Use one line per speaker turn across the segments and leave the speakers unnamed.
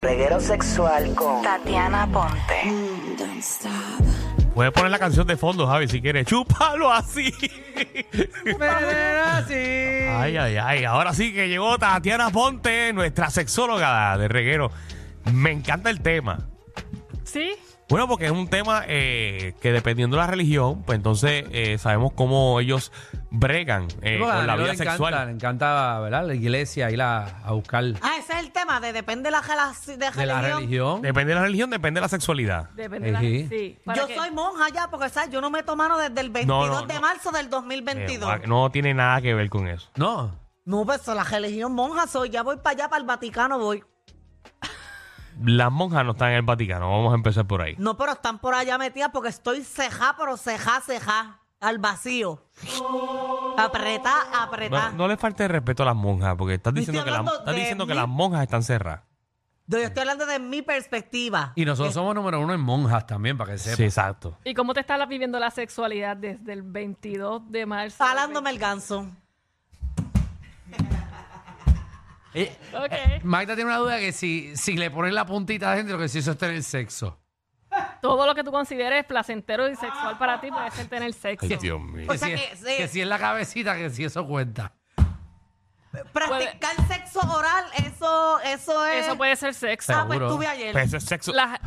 Reguero sexual con
Tatiana Ponte.
Puedes poner la canción de fondo, Javi, si quieres. Chúpalo así. Ay, ay, ay. Ahora sí que llegó Tatiana Ponte, nuestra sexóloga de reguero. Me encanta el tema.
¿Sí?
Bueno, porque es un tema eh, que dependiendo de la religión, pues entonces eh, sabemos cómo ellos bregan eh,
Porque a
con la
Danilo
vida
le Encanta,
sexual.
le encanta, ¿verdad? La iglesia ir a, a buscar de
Ah, ese es el tema de depende de la, relaci- de
la
religión.
religión. Eh,
Depende de la religión, depende de la sexualidad. Eh,
Depende de la
Ejí.
sí, para
Yo
que-
soy monja ya, porque ¿sabes? yo no meto mano desde el 22
No, no,
de
no.
marzo del
Eh,
2022.
no tiene nada que ver con eso.
No.
no, pues la religión monja soy. Ya voy para allá, para el Vaticano voy.
Las monjas no están en el Vaticano. Vamos a empezar por ahí.
No, pero están por allá metidas porque estoy ceja, pero ceja, ceja. Al vacío. Apretá, apretá.
No, no le falte el respeto a las monjas, porque estás
Yo
diciendo,
estoy
que, las-
hablando
estás
de
diciendo que
mí.
las monjas están cerradas.
Yo estoy hablando de mi perspectiva.
Y nosotros somos número uno en monjas también, para que sepa.
Sí, exacto.
¿Y cómo te estás la- viviendo la sexualidad desde el 22 de marzo?
Salándome el ganso.
Eh,
Ok.
Magda tiene una duda que si, si le pones la puntita adentro, que si eso es tener sexo.
Todo lo que tú consideres placentero y sexual para ti puede ser tener sexo.
Ay, Dios mío.
O sea
si,
que,
es,
sí.
que si es la cabecita, que si eso cuenta.
Practicar sexo oral, eso, eso es.
Eso puede ser sexo.
ah, pues
Seguro.
tuve ayer.
Pues eso es sexo.
Las-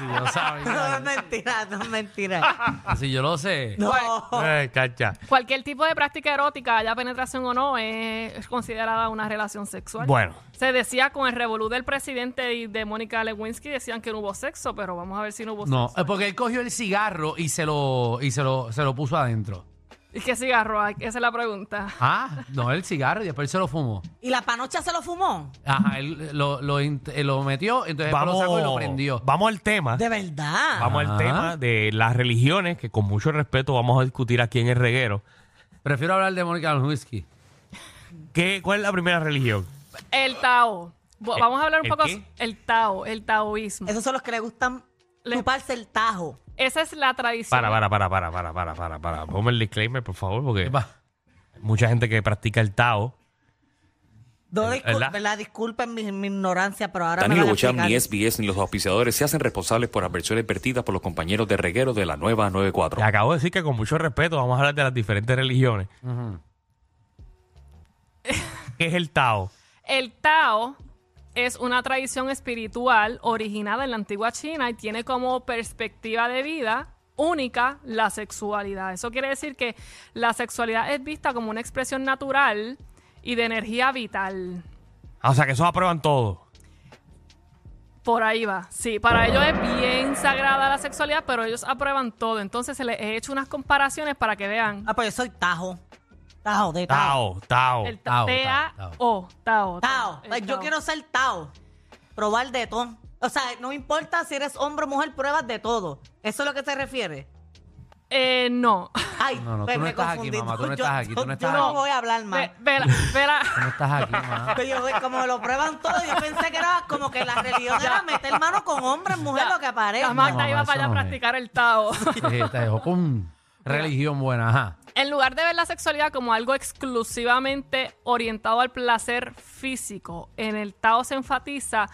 Si yo lo sabe,
No, es
Magda.
mentira, no es mentira.
si yo lo sé.
No.
Ay, cacha.
Cualquier tipo de práctica erótica, ya penetración o no, es, es considerada una relación sexual.
Bueno.
Se decía con el revolú del presidente y de Mónica Lewinsky, decían que no hubo sexo, pero vamos a ver si no hubo
No,
sexo.
eh, porque él cogió el cigarro y se lo, y se lo, se lo puso adentro.
¿Y qué cigarro? hay? Esa es la pregunta.
Ah, no, el cigarro y después él se lo fumó.
¿Y la panocha se lo fumó?
Ajá, él lo, lo, int- eh, lo metió, entonces después lo sacó y lo prendió.
vamos al tema.
De verdad.
Vamos al
Ah.
tema de las religiones, que con mucho respeto vamos a discutir aquí en el reguero.
Prefiero hablar de Mónica Lewinsky.
¿Qué, ¿Cuál es la primera religión?
El Tao. Bo- Vamos a hablar un
Eh, ¿El
poco
qué?
el Tao, el taoísmo.
Esos son los que le gustan
Le-
chuparse el tajo.
Esa es la tradición.
Para, para, para, para, para, para, para, para. Ponme el disclaimer, por favor, porque
Va.
hay mucha gente que practica el Tao.
No, discul-
¿Verdad?
¿verdad? Disculpen mi, mi ignorancia, pero ahora
Danilo
me van a
Bocham, ni
explicar.
SBS, ni los auspiciadores se hacen responsables por adversiones vertidas por los compañeros de reguero de la nueva 94.
Te acabo de decir que con mucho respeto vamos a hablar de las diferentes religiones. ¿Qué es el Tao?
El Tao es una tradición espiritual originada en la antigua China y tiene como perspectiva de vida única la sexualidad. Eso quiere decir que la sexualidad es vista como una expresión natural y de energía vital.
Ah, O sea, que eso aprueban todo.
Por ahí va. Sí, para ellos es bien sagrada la sexualidad, pero ellos aprueban todo. Entonces se les he hecho unas comparaciones para que vean.
Ah, pues yo soy tajo. Tajo, de tajo.
Tao, Tao.
Ah, El
Tao,
ta- T-A-O, Tao.
Tajo.
el
Pues yo
Tao.
quiero ser tajo. Probar de todo. O sea, no importa si eres hombre o mujer, pruebas de todo. ¿Eso es lo que te refiere?
Eh, no.
Ay,
No, no, tú
pues
no
me
estás aquí,
confundí.
mamá, tú no
Yo-
estás aquí, tú no
yo-
estás
Yo no
aquí.
voy a hablar más.
Ve- Vela, vela.
No estás aquí, ma.
Pero yo, güey, como lo prueban todo, yo pensé que era como que la religión era meter mano con hombres, mujer, lo que
La
aparezca.
Magda
No,
iba
eso
para allá
no
a
es.
practicar el Tao.
Sí, Eh, te dejó con religión buena, ajá.
en lugar de ver la sexualidad como algo exclusivamente orientado al placer físico, en el Tao se enfatiza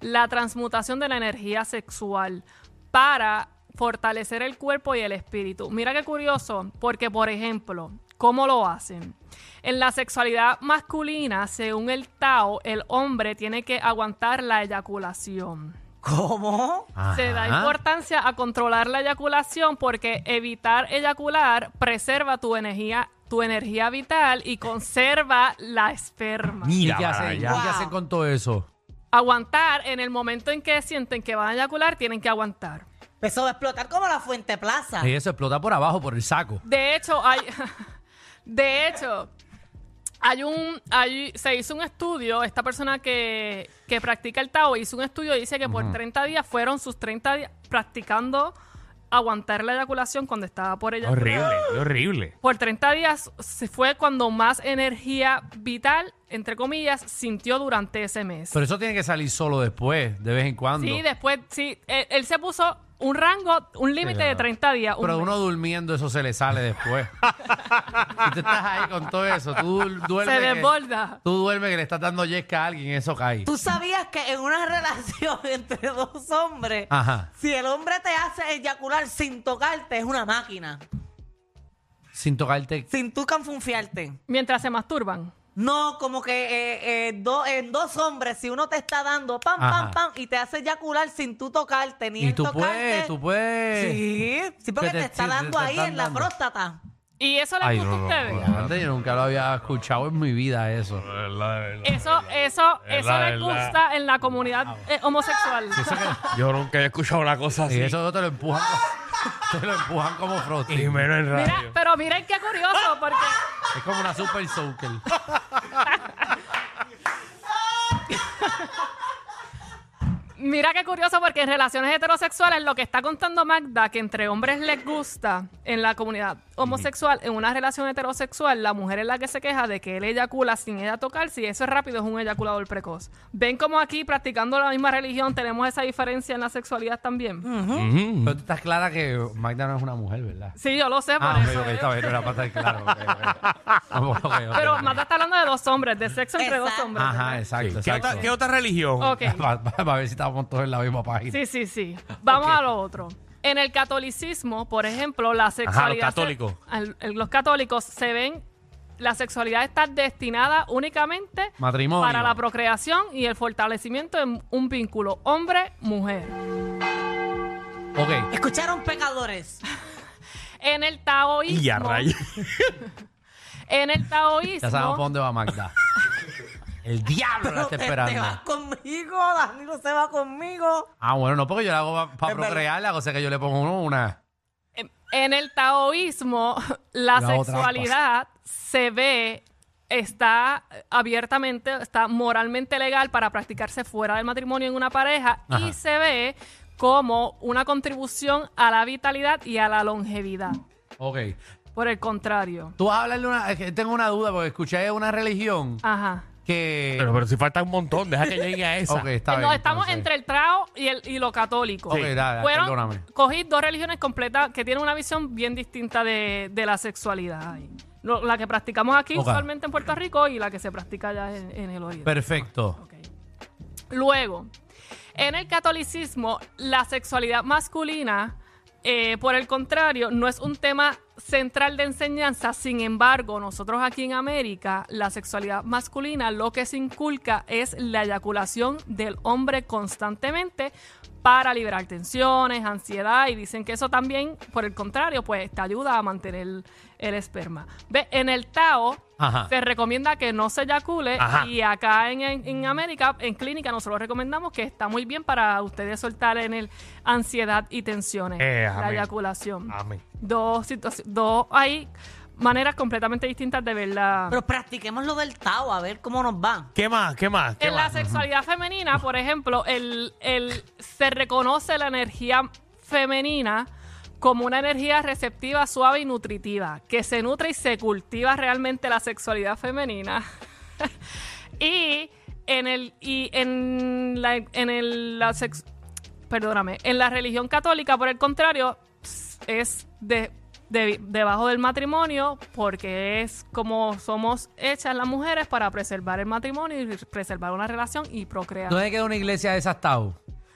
la transmutación de la energía sexual para fortalecer el cuerpo y el espíritu. Mira qué curioso, porque por ejemplo, ¿cómo lo hacen? En la sexualidad masculina, según el Tao, el hombre tiene que aguantar la eyaculación.
¿Cómo?
Se da
Ajá.
importancia a controlar la eyaculación porque evitar eyacular preserva tu energía, tu energía vital y conserva la esperma.
¿Y
Mira,
qué
para
hacen? ¿Y qué
allá.
hacen con todo eso?
Aguantar en el momento en que sienten que van a eyacular, tienen que aguantar.
Empezó a explotar como la Fuente
Ah.
Plaza.
Y eso explota por abajo, por el saco.
De hecho, hay. De hecho, Hay un, hay- se hizo un estudio, esta persona que, que practica el Tao hizo un estudio y dice que por 30 días fueron sus 30 días practicando aguantar la eyaculación cuando estaba por ella.
Horrible, horrible.
Por 30 días se fue cuando más energía vital, entre comillas, sintió durante ese mes.
Pero eso tiene que salir solo después, de vez en cuando.
sí, después, sí, él, él se puso un rango, un límite de 30 días. un
Pero
mes.
uno durmiendo, eso se le sale después. si tú estás ahí con todo eso, tú du- duermes.
Se
que-
desborda.
tú duermes que le estás dando yesca a alguien y eso cae.
Tú sabías que en una relación entre dos hombres,
Ajá.
si el hombre te hace eyacular sin tocarte, es una máquina.
Sin tocarte.
Sin tú confiarte.
Mientras se masturban.
No, como que eh, eh, do- en dos hombres, si uno te está dando pam,
Ajá.
pam, pam, y te hace eyacular sin tú tocarte, ni
Y
él
tú
tocarte.
puedes, tú puedes.
Sí, sí, porque
Que
te,
te-
está
sí, te
dando
están
ahí en la
dando.
próstata.
¿Y eso les
Ay,
gusta
no,
a
no,
ustedes?
no,
Antes yo nunca lo había escuchado en mi vida eso.
Eso, eso,
Es
eso
la verdad.
les gusta en la comunidad eh, homosexual.
Yo nunca había escuchado una cosa así.
Y eso te lo empujan, te lo empujan como
Y
frosting.
menos en radio.
Mira, pero miren qué curioso, porque
Es como una super soaker.
mira qué curioso, porque en relaciones heterosexuales lo que está contando Magda, que entre hombres les gusta en la comunidad homosexual, en una relación heterosexual, la mujer es la que se queja de que él eyacula sin ella tocarse, y eso es rápido, es un eyaculador precoz. Ven como aquí, practicando la misma religión, tenemos esa diferencia en la sexualidad también.
Mm. Pero tú estás clara que Magda no es una mujer, ¿verdad?
Sí, yo lo sé, por
Ah, ok,
eso.
ok,
es.
está bien, no era para estar claro. ok, ok. Vamos, ok, ok,
Pero
ok.
Magda está hablando de dos hombres, de sexo entre dos
Exacto.
hombres.
Ajá,
¿verdad?
exacto,
¿Qué,
exacto.
otra, qué otra religión?
Ok.
Para, ver si estamos todos en la misma página.
Sí, sí, sí. Vamos a lo otro. En el catolicismo, por ejemplo, la sexualidad. se-
católicos.
al- el- los católicos se ven. La sexualidad está destinada únicamente
Matrimonio.
para la procreación y el fortalecimiento de un vínculo hombre-mujer.
Ok.
Escucharon pecadores.
En el taoísmo.
Y ya, rayo.
En el
Ya sabemos por
taoísmo.
dónde va Magda. El diablo la está
este
Pero te, te vas
esperando.
conmigo, Danilo se va conmigo.
Ah, bueno, no, porque yo la hago para
Es verdad.
procrear, la cosa que yo le pongo uno, una.
en- En el taoísmo, la
Yo hago
sexualidad se ve, está abiertamente, está moralmente legal para practicarse fuera del matrimonio en una pareja y
Ajá.
se ve como una contribución a la vitalidad y a la longevidad.
Ok.
Por el contrario.
Tú vas a hablar de una. es que tengo una duda, porque escuché una religión
Ajá.
que.
Pero, pero si falta un montón, deja que llegue a esa.
ok, está
no,
bien.
Eh, estamos
entonces.
entre el trao y, el, y lo católico.
Ok, dale,
Fueron-
perdóname.
Cogí dos religiones completas que tienen una visión bien distinta de, de la sexualidad. Y lo- la que practicamos aquí
Ok.
usualmente en Puerto Rico y la que se practica allá en, en el oriente.
Perfecto.
Ok. Luego, en el catolicismo, la sexualidad masculina, eh, por el contrario, no es un tema central de enseñanza. Sin embargo, nosotros aquí en América, la sexualidad masculina lo que se inculca es la eyaculación del hombre constantemente para liberar tensiones, ansiedad y dicen que eso también, por el contrario, pues te ayuda a mantener el, el esperma. Ve, en el Tao
Ajá.
se recomienda que no se eyacule
Ajá.
y acá en, en- en América, en clínica, nosotros recomendamos que está muy bien para ustedes soltar en el ansiedad y tensiones,
Eh, Ah.
la
amén.
eyaculación.
Amén.
Dos situaci- dos hay maneras completamente distintas de verla.
Pero practiquemos lo del Tao, a ver cómo nos va.
¿Qué más? ¿Qué más? ¿Qué
en la
más?
sexualidad femenina, por ejemplo, el, el- se reconoce la energía femenina como una energía receptiva, suave y nutritiva, que se nutre y se cultiva realmente la sexualidad femenina. y en el y en la, en el, la sex- perdóname, en la religión católica, por el contrario, ps- es de, de- debajo del matrimonio porque es como somos hechas las mujeres para preservar el matrimonio y preservar una relación y procrear.
¿Dónde queda una iglesia de esas Tau?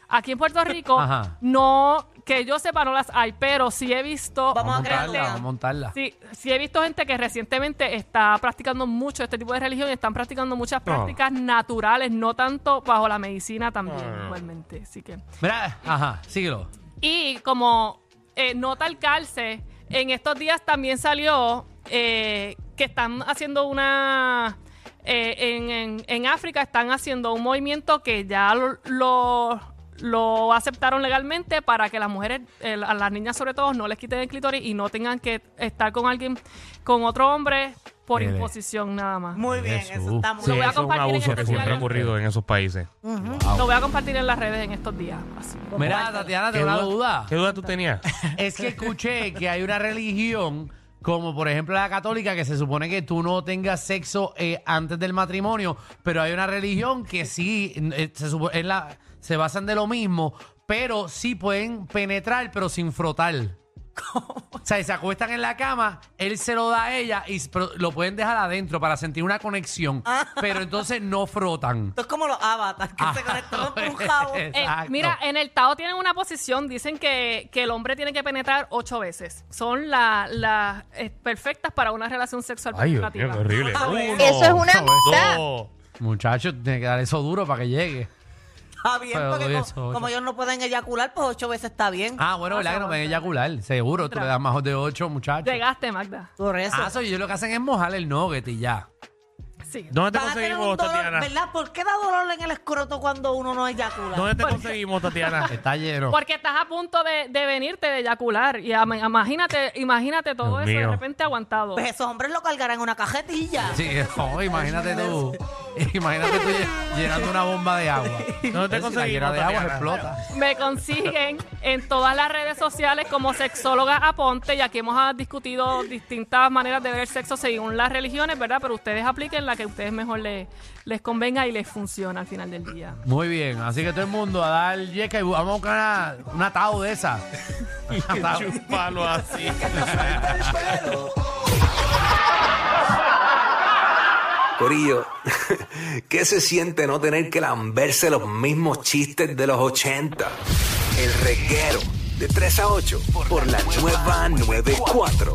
Aquí en Puerto Rico,
Ajá.
no, que yo sepa, no las hay, pero sí he visto...
Vamos
a
a crear
montarla,
una.
vamos a montarla.
Sí, sí he visto gente que recientemente está practicando mucho este tipo de religión y están practicando muchas prácticas naturales, no tanto bajo la medicina también, igualmente. Así que.
Mira, ajá, síguelo.
Y como eh, nota el calce, en estos días también salió eh, que están haciendo una... eh, en, en- en África están haciendo un movimiento que ya lo, lo- lo aceptaron legalmente para que las mujeres, eh, a las niñas sobre todo, no les quiten el clítoris y no tengan que estar con alguien, con otro hombre por
Mire.
imposición nada más.
Muy bien, eso está muy
Sí,
voy a
eso es un
compartir en
abuso
este
que siempre ha
diario.
ocurrido en esos países.
Lo voy a compartir en las redes en estos días. así.
Mira, Tatiana, tengo una duda.
¿Qué duda tú tenías?
Es que escuché que hay una religión, como por ejemplo la católica, que se supone que tú no tengas sexo eh, antes del matrimonio, pero hay una religión que sí, eh, se, supo- es la, se basan de lo mismo, pero sí pueden penetrar, pero sin frotar. O sea, se acuestan en la cama, él se lo da a ella y s- pero lo pueden dejar adentro para sentir una conexión,
Ah.
pero entonces no frotan.
Esto es como los avatars que
Ah,
se conectaron por un cabo.
Eh,
Exacto.
mira, en el Tao tienen una posición, dicen que, que el hombre tiene que penetrar ocho veces. Son la- las eh, perfectas para una relación sexual
Ay, Dios mío,
penetrativa.
qué horrible.
Ah,
Uh,
Eso es una amistad.
dos.
Muchachos, tiene que dar eso duro para que llegue.
Está bien,
Pero
porque
doy
co-
pues, eso, ocho.
como ellos no pueden eyacular, pues ocho veces está bien.
Ah, bueno, ¿verdad? Que no pueden eyacular. Seguro, tú le das más de 8, muchachos.
Llegaste, Magda.
Por eso.
Ah, eso ellos lo que hacen es mojar el nugget y ya.
Sí.
¿Dónde te
Van a tener un
conseguimos,
dolor,
Tatiana?
¿verdad? ¿Por qué da dolor en el escroto cuando uno no eyacula?
¿Dónde te conseguimos, Tatiana?
Está lleno.
Porque estás a punto de, de venirte de eyacular. Y ama- imagínate, imagínate todo
Dios
eso de
mío.
repente aguantado.
Pues esos hombres lo cargarán en una cajetilla.
Sí, oh, imagínate tú. Imagínate tú lle- llenando una bomba de agua.
No te
Si la
conseguimos,
llena de agua
Tatiana.
explota.
Me consiguen en todas las redes sociales como sexóloga Aponte y aquí hemos ah, discutido distintas maneras de ver el sexo según las religiones, ¿verdad? Pero ustedes apliquen la que a ustedes mejor le- les convenga y les funciona al final del día.
Muy bien, así que todo el mundo a dar yeca y bu- vamos a buscar una, una tao de esa.
Chúpalo así.
Corillo, ¿qué se siente no tener que lamberse los mismos chistes de los 80? El reguero de 3 a 8 por la nueva 94.